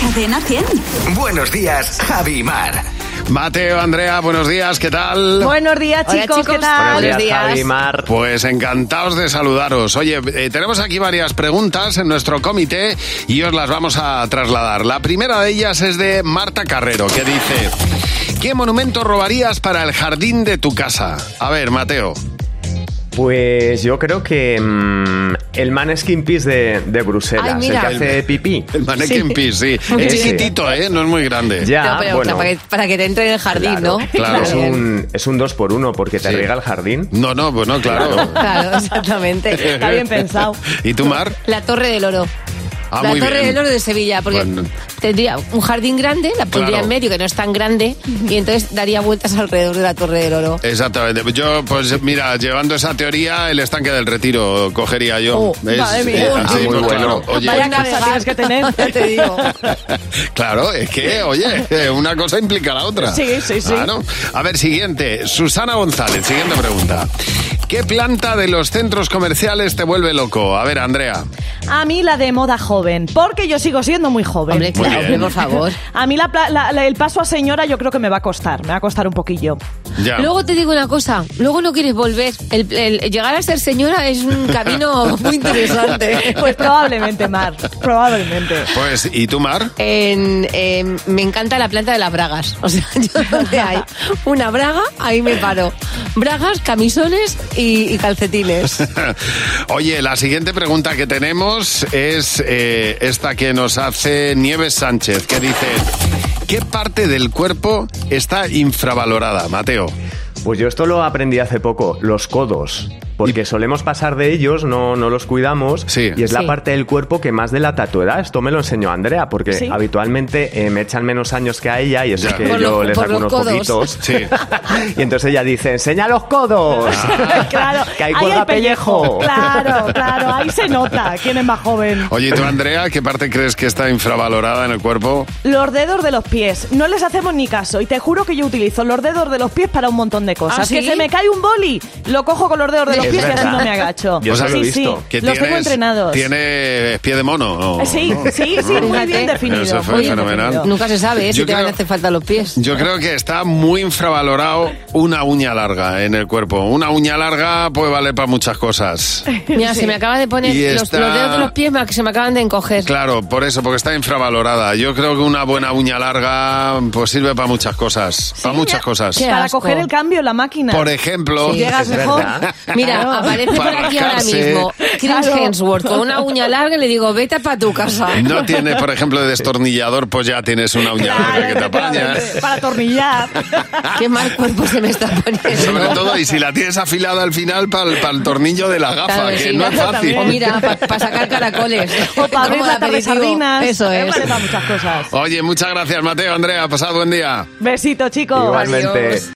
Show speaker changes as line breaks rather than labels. Cadena 100.
Buenos días, Javi y Mar.
Mateo, Andrea, buenos días, ¿qué tal?
Buenos días,
Hola,
chicos,
chicos.
¿qué tal?
Buenos días.
Javi Mar.
Pues encantados de saludaros. Oye, eh, tenemos aquí varias preguntas en nuestro comité y os las vamos a trasladar. La primera de ellas es de Marta Carrero, que dice, ¿qué monumento robarías para el jardín de tu casa? A ver, Mateo.
Pues yo creo que mm, el Maneskin Peace de, de Bruselas,
Ay,
el
mira.
que hace pipí.
El mannequin Pis, sí. Es
Sí.
chiquitito, ¿eh? No es muy grande.
Ya,
No, pero
bueno,
para, que, para que te entre en el jardín,
claro,
¿no?
claro.
Es, un, es un 2 por 1 porque te
Sí.
riega el jardín.
No, no, pues no, claro.
Claro, exactamente.
Está bien pensado.
¿Y tú, Mar?
La Torre del Oro.
Ah,
la
muy
Torre
bien.
del Oro de Sevilla, porque
Bueno.
tendría un jardín grande, la pondría
Claro.
en medio, que no es tan grande, y entonces daría vueltas alrededor de la Torre del Oro.
Exactamente. Yo, pues mira, llevando esa teoría, el estanque del retiro cogería yo.
Oh, madre mía.
eh,
Oh,
así,
qué
pues,
bueno.
claro, oye.
Vaya casa tienes que tener.
Ya te digo.
Claro, es que, oye, eh, una cosa implica la otra.
Sí, sí, sí.
Claro. A ver, siguiente. Susana González, siguiente pregunta. ¿Qué planta de los centros comerciales te vuelve loco? A ver, Andrea.
A mí la de moda joven, porque yo sigo siendo muy joven.
Hombre, claro,
bien.
hombre, por favor.
A mí la pla- la- la- el paso a señora yo creo que me va a costar, me va a costar un poquillo.
Ya.
Luego te digo una cosa, luego no quieres volver. El- el llegar a ser señora es un camino muy interesante.
Pues probablemente, Mar, probablemente.
Pues, ¿y tú, Mar?
En- em, me encanta la planta de las bragas. O sea, yo donde hay una braga, ahí me paro. Bragas, camisones y, y calcetines.
Oye, la siguiente pregunta que tenemos es eh, esta que nos hace Nieves Sánchez, que dice, ¿qué parte del cuerpo está infravalorada, Mateo?
Pues yo esto lo aprendí hace poco, los codos. Porque solemos pasar de ellos, no, no los cuidamos.
Sí.
Y es la
Sí.
parte del cuerpo que más delata tu edad. Esto me lo enseñó Andrea, porque
Sí.
habitualmente eh, me echan menos años que a ella y eso
Ya.
es que
Por
yo
los-
les
por
saco
los
unos
codos.
poquitos.
Sí.
y entonces ella dice, enseña los codos.
Ah.
claro,
que ahí
ahí
cuelga pellejo.
Claro, claro, ahí se nota quién es más joven.
Oye, ¿y tú, Andrea, qué parte crees que está infravalorada en el cuerpo?
Los dedos de los pies, no les hacemos ni caso y te juro que yo utilizo los dedos de los pies para un montón de cosas.
¿Ah, sí?
Que se me cae un boli, lo cojo con los dedos de los
Es
pies y así
verdad.
no me agacho.
Yo
eso
sí,
lo he
visto.
sí,
Que
los tengo
tienes-
entrenados. Eh,
Tiene pie de mono. ¿no?
Sí,
¿No?
sí, sí, muy bien
Fíjate.
definido.
Eso fue
muy bien
fenomenal.
definido.
Nunca se sabe ¿eh? si
Yo
te van a
creo-
hacer falta los pies.
Yo creo que está muy infravalorado una uña larga en el cuerpo. Una uña larga puede valer para muchas cosas.
Mira, se me acaba de poner
Y
los,
está-
los dedos de los pies me- que se me acaban de encoger.
Claro, por eso, porque está infravalorada. Yo creo que una buena uña larga pues sirve para muchas cosas, para muchas cosas.
Qué
Para
asco.
coger el cambio en la máquina.
Por ejemplo,
Sí.
Llegas
Es
mejor.
verdad.
Mira,
Claro.
aparece por
Para
aquí ahora
rascarse.
mismo Chris
Claro.
Hemsworth con una uña larga y le digo, vete para tu casa.
no tienes, por ejemplo, destornillador, pues ya tienes una uña
Claro,
larga que te apaña.
efectivamente, para atornillar.
Qué mal cuerpo se me está poniendo.
Sobre todo, y si la tienes afilada al final para el, tornillo de la gafa,
Claro,
que
sí,
no es
claro,
fácil.
también. O mira, para sacar caracoles.
o para abrir
Como
la tarde
aperitivo.
sardinas.
Eso
Eh,
es.
vale para muchas cosas.
Oye, muchas gracias, Mateo, Andrea, pasad buen día.
Besito, chicos.
Igualmente.
Adiós.